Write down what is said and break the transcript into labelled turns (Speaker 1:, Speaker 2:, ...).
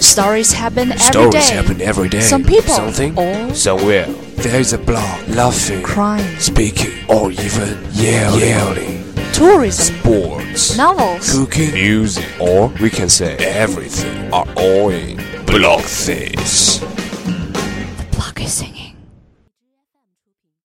Speaker 1: Stories happen every
Speaker 2: Stories
Speaker 1: day.
Speaker 2: happen every day.
Speaker 1: Some people
Speaker 2: something,
Speaker 1: or
Speaker 2: somewhere. There's a blog, laughing,
Speaker 1: crime,
Speaker 2: speaking, or even yelling, yelling
Speaker 1: tourism,
Speaker 2: sports,
Speaker 1: novels.
Speaker 2: cooking, music, or we can say everything are all in blog things.
Speaker 1: Block is singing.